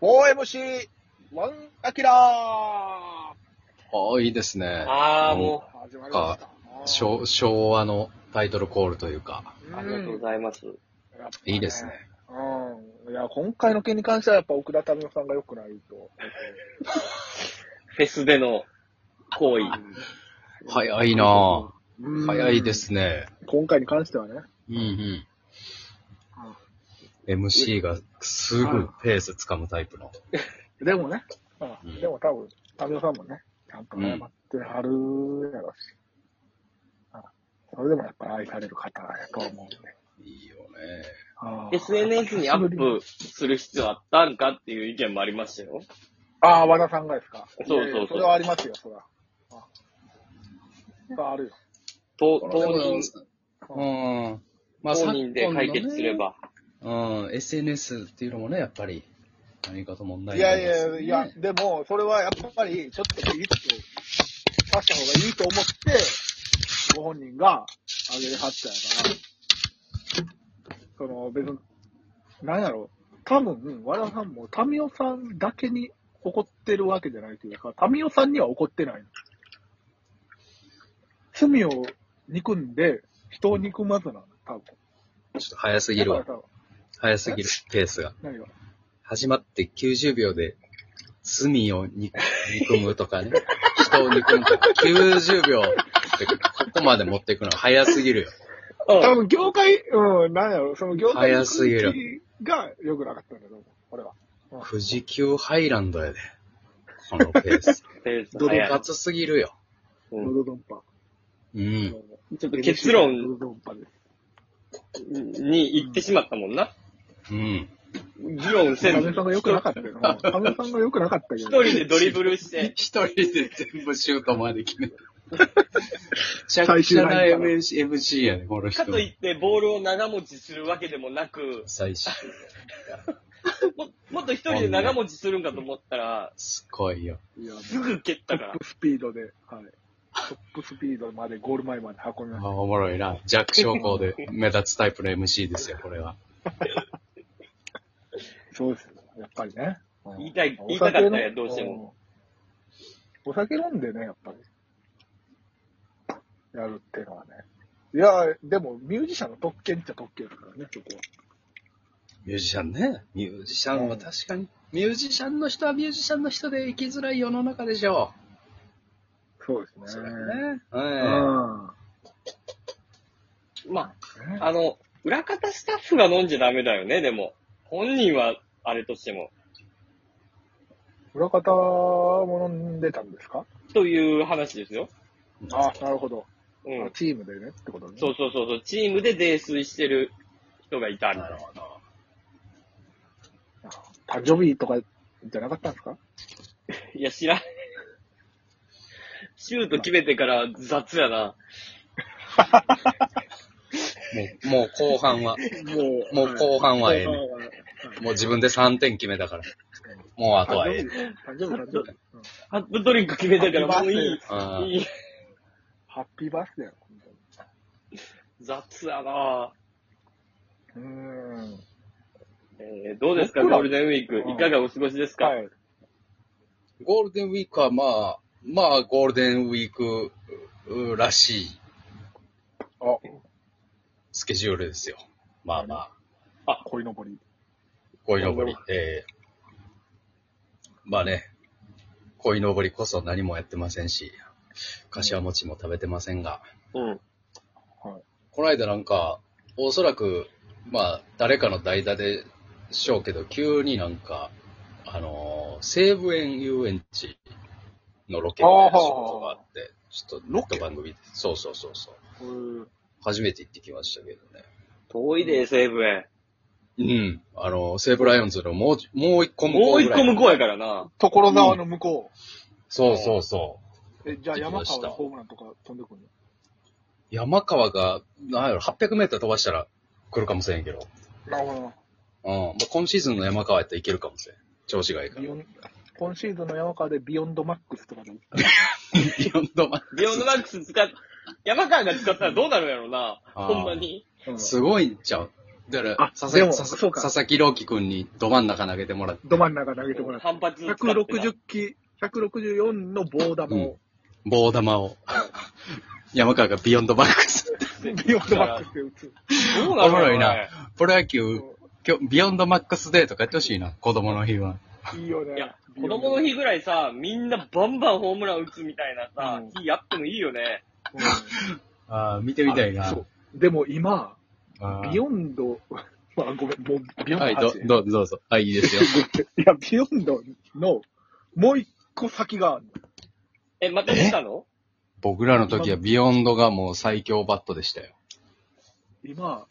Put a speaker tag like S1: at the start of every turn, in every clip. S1: 4MC、ワンアキラー
S2: ああ、いいですね。
S3: ああ、も
S1: 始まりました。
S2: 昭昭和のタイトルコールというか、
S3: う、ありがとうございます。
S1: うんやっぱ
S2: いいですね。。
S1: うん。いや、今回の件に関してはやっぱ奥田民生さんが良くないと。
S3: フェスでの行為。
S2: 早いな
S1: う
S2: ぁ。
S1: ん
S2: 早いで。すね。
S1: 今回に関してはね。
S2: うんうん。MC がすぐペース掴むタイプの。
S1: でもね、うん
S2: うん
S1: でも多分、民生さんもね、ちゃんと謝ってはるやろし。うんそれでもやっぱ愛される方やと思うんで。
S2: いいよね。
S1: うん
S3: SNS にアップする必要あったんかっていう意見もありましたよ。
S1: ああ、和田さんがですか。
S3: そうそうそう
S1: いやいやそれはありますよ、そら。あそれはあるよ。
S3: と
S2: で
S3: 当人、
S2: もうん。ま
S3: 当人で解決すれ。ば。
S2: 昨今のねうん。SNS っていうのもね、やっぱり何かと問題
S1: い
S2: にな
S1: や
S2: り
S1: い
S2: ますよ
S1: や
S2: ね
S1: いや、でも、それはやっぱり、ちょっとピリッと出した方がいいと思って、ご本人があげはったやから、その別に、なんやろう、多分、和田さんも、民生さんだけに怒ってるわけじゃないというか、民生さんには怒ってないの。罪を憎んで、人を憎まずなの、多分。
S2: ちょっと早すぎるわ
S1: だ。から多分
S2: 早すぎる、ペースが。
S1: 何が
S2: 始まって90秒で、罪をに憎むとかね、 人を憎むとか、90秒でここまで持っていくのは早すぎるよ。
S1: 多分業界、うん、なんやろ、その業界の
S2: 早すぎ
S1: 空
S2: る
S1: 気が良くなかったんだと思う、俺は。
S2: 富士急ハイランドやで。このペー ス。
S3: うんペース
S2: ドル
S3: 早い
S2: カツすぎるよ。
S3: うん
S1: ドドドンパ。
S2: う。
S1: うんちょっ
S3: と結論
S1: ドドドンパです。
S3: に行ってしまったもんな。
S2: うん。
S3: 議論せ
S1: カ
S3: ず
S1: メ。さんが良くなかったよ。カメさんが良くなかったけ
S3: 一
S1: ど。
S3: 人でドリブルして、
S2: 一人で全部シュートまで決め る。ち
S1: 最
S2: ゃく
S1: 終
S2: ちゃ
S1: ラ
S2: な
S1: インから
S2: MC, MC やね、この人
S3: か。といってボールを長持ちするわけでもなく、
S2: 最終。
S3: ももっと一人で長持ちするんかと思ったら、
S2: すごいよ。
S1: いや
S3: すぐ蹴っ
S1: ト
S3: たから
S1: ッ。プスピードで、はい。トップスピードまでゴール前まで運びま
S2: あ
S1: した。
S2: おもろいな。弱小校で目立つタイプの MC ですよ、これは。
S1: そうですよ。やっぱりね。うん
S3: 言いたい
S1: お酒
S3: 言いたかったよ
S1: の
S3: どうしても
S1: うんお酒飲んでね、やっぱり。やるっていうのはね。いや、でもミュージシャンの特権っちゃ特権ですからね、そこは。
S2: ミュージシャンね。ミュージシャンは確かに、ミュージシャンの人はミュージシャンの人で生きづらい世の中でしょ
S1: そう
S2: う。
S1: です
S2: そ
S1: ね
S2: れ。はね。
S1: う
S2: うん
S1: ん。
S3: まあ、あの、裏方スタッフが飲んじゃダメだよね、でも。本人は、あれとしても。
S1: 裏方も飲んでたんですか
S3: という話ですよ。
S1: ああ、なるほど。
S3: うん。
S1: チームでねってことね。
S3: そうそうそうそう。チームで泥酔してる人がいたみたい
S2: な
S3: な
S2: る。ほど。
S1: 誕生日とかじゃなかったんですか
S3: いや、知らん。シュート決めてから雑やな。
S2: もう、もう後半は、もう、もう後半はええね。もう自分で3点決めたから。もうあとはええね。
S1: 誕生日、誕生日。うん
S3: ハップドリンク決めてからもうい
S2: うん
S3: い。いい。
S1: ハッピーバースデーや
S3: 雑やな。
S1: うーん。
S3: えー、どうですか、
S1: 僕
S3: ゴ
S1: ら
S3: ールデンウィーク。いかがお過ごしですか、
S1: はい。
S2: ゴールデンウィークはまあ、まあゴールデンウィークうらしい
S1: あ、
S2: スケジュールですよ。まあまあ。
S1: 恋のぼり。
S2: 鯉のぼり。ええまあね、鯉のぼりこそ何もやってませんし、柏餅も食べてませんが、
S3: うん。
S2: この間なんか、おそらく、まあ、誰かの代打でしょうけど、急になんか、あのー西武園遊園地のロケみたいな仕事があって、ちょっとネット番組で、そうそうそうそう、
S1: うー
S2: 初めて行ってきましたけどね。
S3: 遠いで、西武へ。
S2: うん。あの、西武ライオンズのもう、もう一個向こ
S3: も
S2: う
S3: う
S2: ぐ
S3: 一
S2: ら
S3: 個
S2: い。
S3: 向こうやからな。
S1: 所沢の向こ
S2: そうそうそう。
S1: う。え、じゃあ山
S2: 行きま
S1: 川
S2: した
S1: のホームランとか飛んでくるの
S2: 山川が、なんやろ、800メーター飛ばしたら来るかもしれんけど。
S1: なるほど。
S2: うん。まあ、今シーズンの山川やったらいけるかもしれん。調子がいいから。
S1: ビヨ
S2: ビ
S1: ン今シーズンの山川でビヨンドマックスとかで。
S2: ヨンドマン
S3: ビヨンドマックス使っ、山川が使ったらどうなるんやろうな。
S2: あー
S3: ほんまに。
S1: うん
S2: すごいんちゃうだから、
S1: あ
S2: 佐
S1: でも
S2: 々木佐
S1: そう
S2: 々
S1: か
S2: 佐々木朗希君にど真ん中投げてもらって、
S1: ど真ん中投げてもらって。
S3: 反発使ってな
S1: 160機、164の棒玉を、
S2: 棒玉を、 山川がビヨンドバックス。
S1: ビヨンドバックで打つ。
S3: どうな
S2: お
S3: る
S2: もろいな
S3: これ
S2: プロ野球、今日、ビヨンドマックスデーとかやってほしいな、子供の日は。
S1: いいよね。
S3: いや、子供の日ぐらいさ、みんなバンバンホームラン打つみたいなさ
S1: う、ん
S3: 日やってもいいよね。
S2: ああ、見てみたいな。
S1: そう。でも今、
S2: あー
S1: ビヨンド、 まあごめん、もうビヨンド
S2: はい、ど
S1: 8、
S2: どうどうぞ。はい、いい ですよ。
S1: いや、ビヨンドの、もう一個先がある
S3: え、また出たの
S2: 僕らの時はビヨンドがもう最強バットでしたよ。
S1: 今、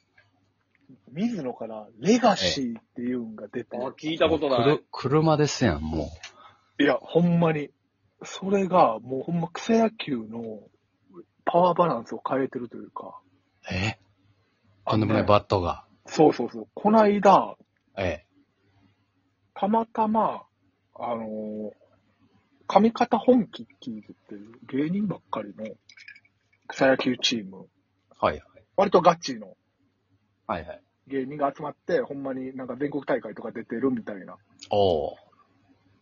S1: 水野からレガシーっていうんが出て
S3: あ、、聞いたことな
S2: もう
S3: い
S2: くる。車ですやん、も
S1: いや、ほんまに、それがもうほんま草野球のパワーバランスを変えてるというか、
S2: う。えとんでもないバットが。
S1: そうそうそう、こないだ、
S2: え
S1: たまたま、あのー、上方本気っていう芸人ばっかりの草野球チーム、
S2: え。はいはい。
S1: 割とガチの
S2: はいはい。
S1: 芸人が集まって、ほんまになんか全国大会とか出てるみたいな
S2: おお。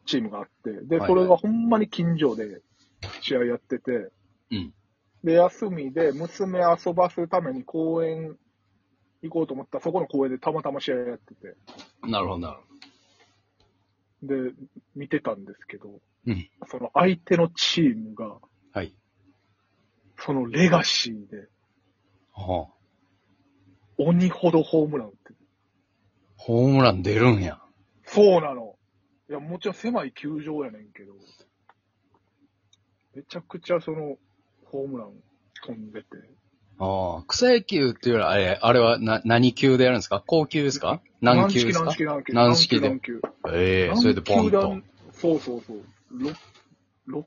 S1: チームがあって、で、
S2: はい
S1: それがほんまに近所で試合やってて、
S2: うん。
S1: で、休みで娘遊ばすために公園行こうと思ったら、そこの公園でたまたま試合やってて、
S2: なるほど、なるほ
S1: で、見てたんですけど、
S2: ど。うん。
S1: その相手のチームが、
S2: はい。
S1: そのレガシーで
S2: はあ、
S1: 鬼ほどホームラン打ってる。
S2: ホームラン出るんや。
S1: そうなの。いや、もちろん狭い球場やねんけど、めちゃくちゃその、ホームラン飛んでて、
S2: ああ、草野球っていうよりは、あれ、あれはな、何級でやるんですか高級ですか何級ですか
S1: 軟式軟式
S2: 軟
S1: 軟
S2: 式
S1: 式
S2: で
S1: 軟式
S2: ええそれでポンと
S1: 何。球団そうそうそう。6、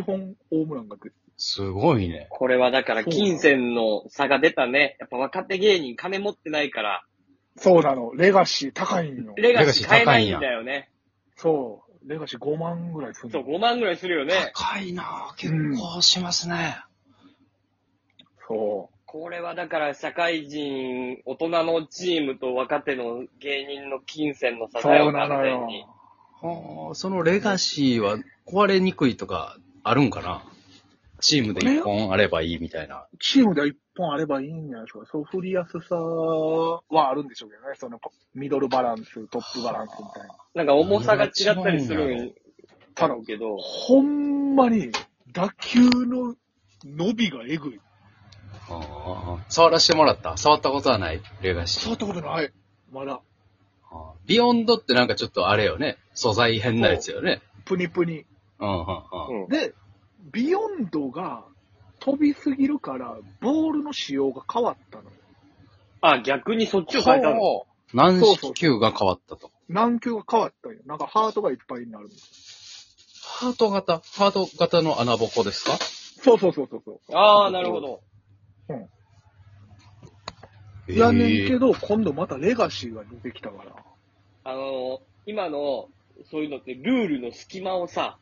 S1: 7本ホームランが出て、
S2: すごいね。
S3: これはだから、金銭の差が出たね。やっぱ若手芸人金持ってないから、
S1: そうなの。レガシー高いんよ。
S3: レガ
S2: ガ
S3: シ
S2: シ
S3: ー
S2: ー
S3: 買え
S2: 高
S3: ない
S2: ん
S3: い
S2: や
S3: んだよね。
S1: そう。レガシー5万ぐらいする
S3: そう、
S1: の。
S3: 5万ぐらいするよね。
S2: 高いなぁ結構しますね。
S1: そ
S3: これはだから、社会人、大人のチームと若手の芸人の金銭の
S1: う。
S3: 差
S1: そ
S3: だよ、
S1: うな
S3: 完
S1: の
S3: 全
S1: よ。
S3: に。
S2: はあ、そのレガシーは壊れにくいとかあるんかなチームで一本あればいいみたいな。
S1: チームでは1本あればいいんじゃないですか。そう、振りやすさはあるんでしょうけどね。その、ミドルバランス、トップバランスみたいな。
S3: なんか重さが違ったりするんだ
S1: ただ
S3: ろうけど、
S1: ほんまに、打球の伸びがえぐい。
S2: はあ触らせてもらった触ったことはないレガシ
S1: 触
S2: ー。
S1: ったことない。まだ。
S2: はあビヨンドってなんかちょっとあれよね。素材変なやつよね。
S1: プニプニ。
S2: うんうんうん
S3: うん
S1: で、ビヨンドが飛びすぎるから、ボールの仕様が変わったのよ。
S3: あ、逆にそっちを変えたの。
S2: ほう軟式球が変わったと。
S1: 軟球が変わったんよ。なんかハートがいっぱいになるの。
S2: ハート型ハート型の穴ぼこですか
S1: そうそうそうそうそう。
S3: ああ、なるほど。
S1: やねん
S2: え
S1: け
S2: え
S1: ど、今度またレガシーが出てきたから。
S3: あの、今の、そういうのって、ルールの隙間をさ、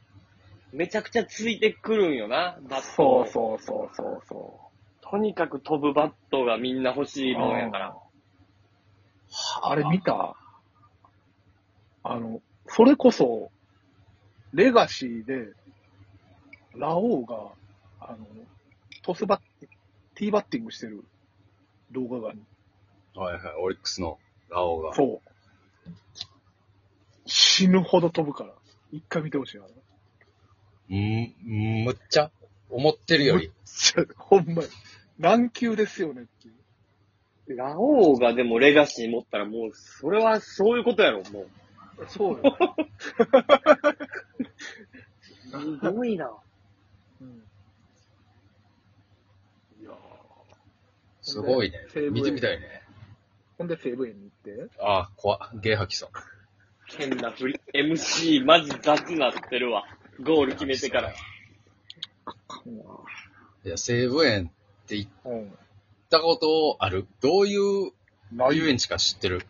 S3: めちゃくちゃついてくるんよな、バットを。
S1: そうそうそうそうそ
S3: とにかく飛ぶバットがみんな欲しいもんやから。
S1: う。あれ見たあの、それこそ、レガシーで、ラオウが、あの、トスバッティ、ティーバッティングしてる動画がある
S2: はいはい、オリックスのラオウが。
S1: そう。死ぬほど飛ぶから。一回見てほしいな。
S2: うん、むっちゃ思ってるより。
S1: ちょほんまに。難球ですよねっていう。
S3: ラオウがでもレガシー持ったらもう、それはそういうことやろ、もう。
S1: そうよ、ね
S3: すごいな。
S1: うん。いやー
S2: すごいね
S1: 西武。園
S2: 見てみたいね。
S1: ほんで西武園に行って。
S2: ああ、怖っ。ゲー吐きそう。
S3: 変な振り。MC、マジ雑なってるわ。ゴール決めてから。
S2: いや、西武園って行っ
S1: うん。
S2: たことあるどういう遊園地か知ってる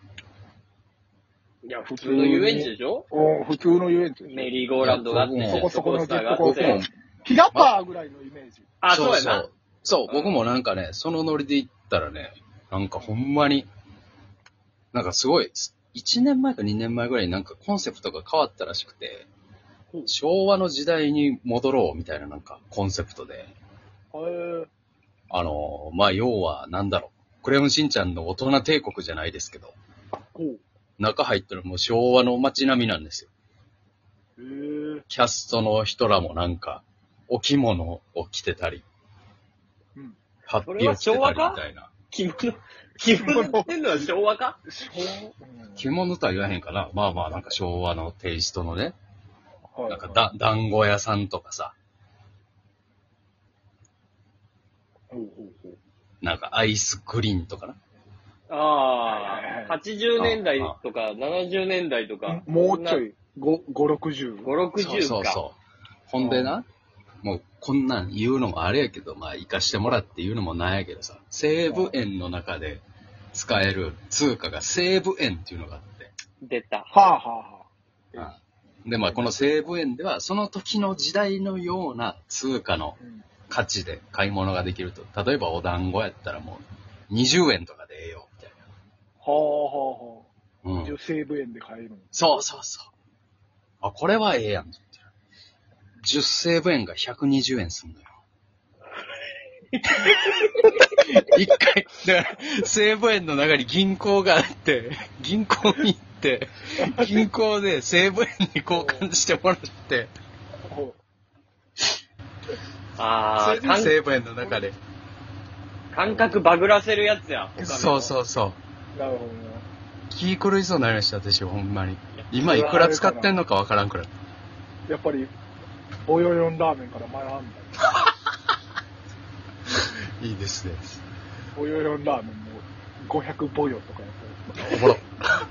S3: いや、普通の遊園地でしょ
S1: うん、普通の遊園地。
S3: メリーゴーランドがあって、ジ
S2: いや
S3: ェットコースターがあっ
S1: 僕も
S3: て。
S1: キラパーぐらいのイメージ。
S3: あ、そうやな。。
S2: そう、
S3: うん
S2: 僕もなんかね、そのノリで行ったらね、なんかほんまに、なんかすごい、1年前か2年前ぐらいになんかコンセプトが変わったらしくて
S3: ほう、
S2: 昭和の時代に戻ろうみたいななんかコンセプトで、
S1: へ
S2: あの、まあ、要はなんだろう、クレヨンしんちゃんの大人帝国じゃないですけど、
S1: ほう。
S2: 中入ったらもう昭和の街並みなんですよ。
S1: へえ。
S2: キャストの人らもなんか、お着物を着てたり、
S1: うん。
S2: ハッピーを着てたりみたいな。
S3: 着物、着物ってんのは昭和か
S2: 着物とは言わへんかな。まあまあ、なんか昭和のテイストのね、
S1: はい
S2: なんかだ、団子屋さんとかさ、
S1: ほうほうほう。
S2: なんかアイスクリーンとかな。
S3: ああ、80年代とか70年代とか。
S1: もうちょい、5、5、60。
S3: 5、60か。
S2: そうそうそう。ほんでな、もうこんなん言うのもあれやけど、まあ行かしてもらって言うのもなんやけどさ、西武園の中で使える通貨が西武園っていうのがあって、
S3: 出た。
S1: はあはあはあ。
S2: で、まあ、この西武園では、その時の時代のような通貨の
S1: うん
S2: 価値で買い物ができると。例えば、お団子やったらもう、20円とかでええよ、みたい
S1: はあはあはあ。一
S2: な。うん
S1: 応。西武園で買えるの。
S2: そうそうそう。あ、これはええやん、みたいな。10西武園が120円すんのよ。 一回、だから西武園の中に銀行があって、銀行に行って、銀行で西武園に交換してもらって、
S1: ほ
S3: あ
S2: そ
S3: あ、
S2: れで
S3: 感
S2: 西武園の中で。
S3: 感覚バグらせるやつや。
S2: そう
S3: う。
S2: そうそう。
S1: うなるほどね。
S2: 気狂いそうになりました、私、ほんまに。今、いくら使ってんのかわからんくらい。
S1: やっぱり、ボヨヨンラーメンから学んだ。
S2: いいですね。
S1: ボヨヨンラーメンも500ボヨとかやっ
S2: おもろ。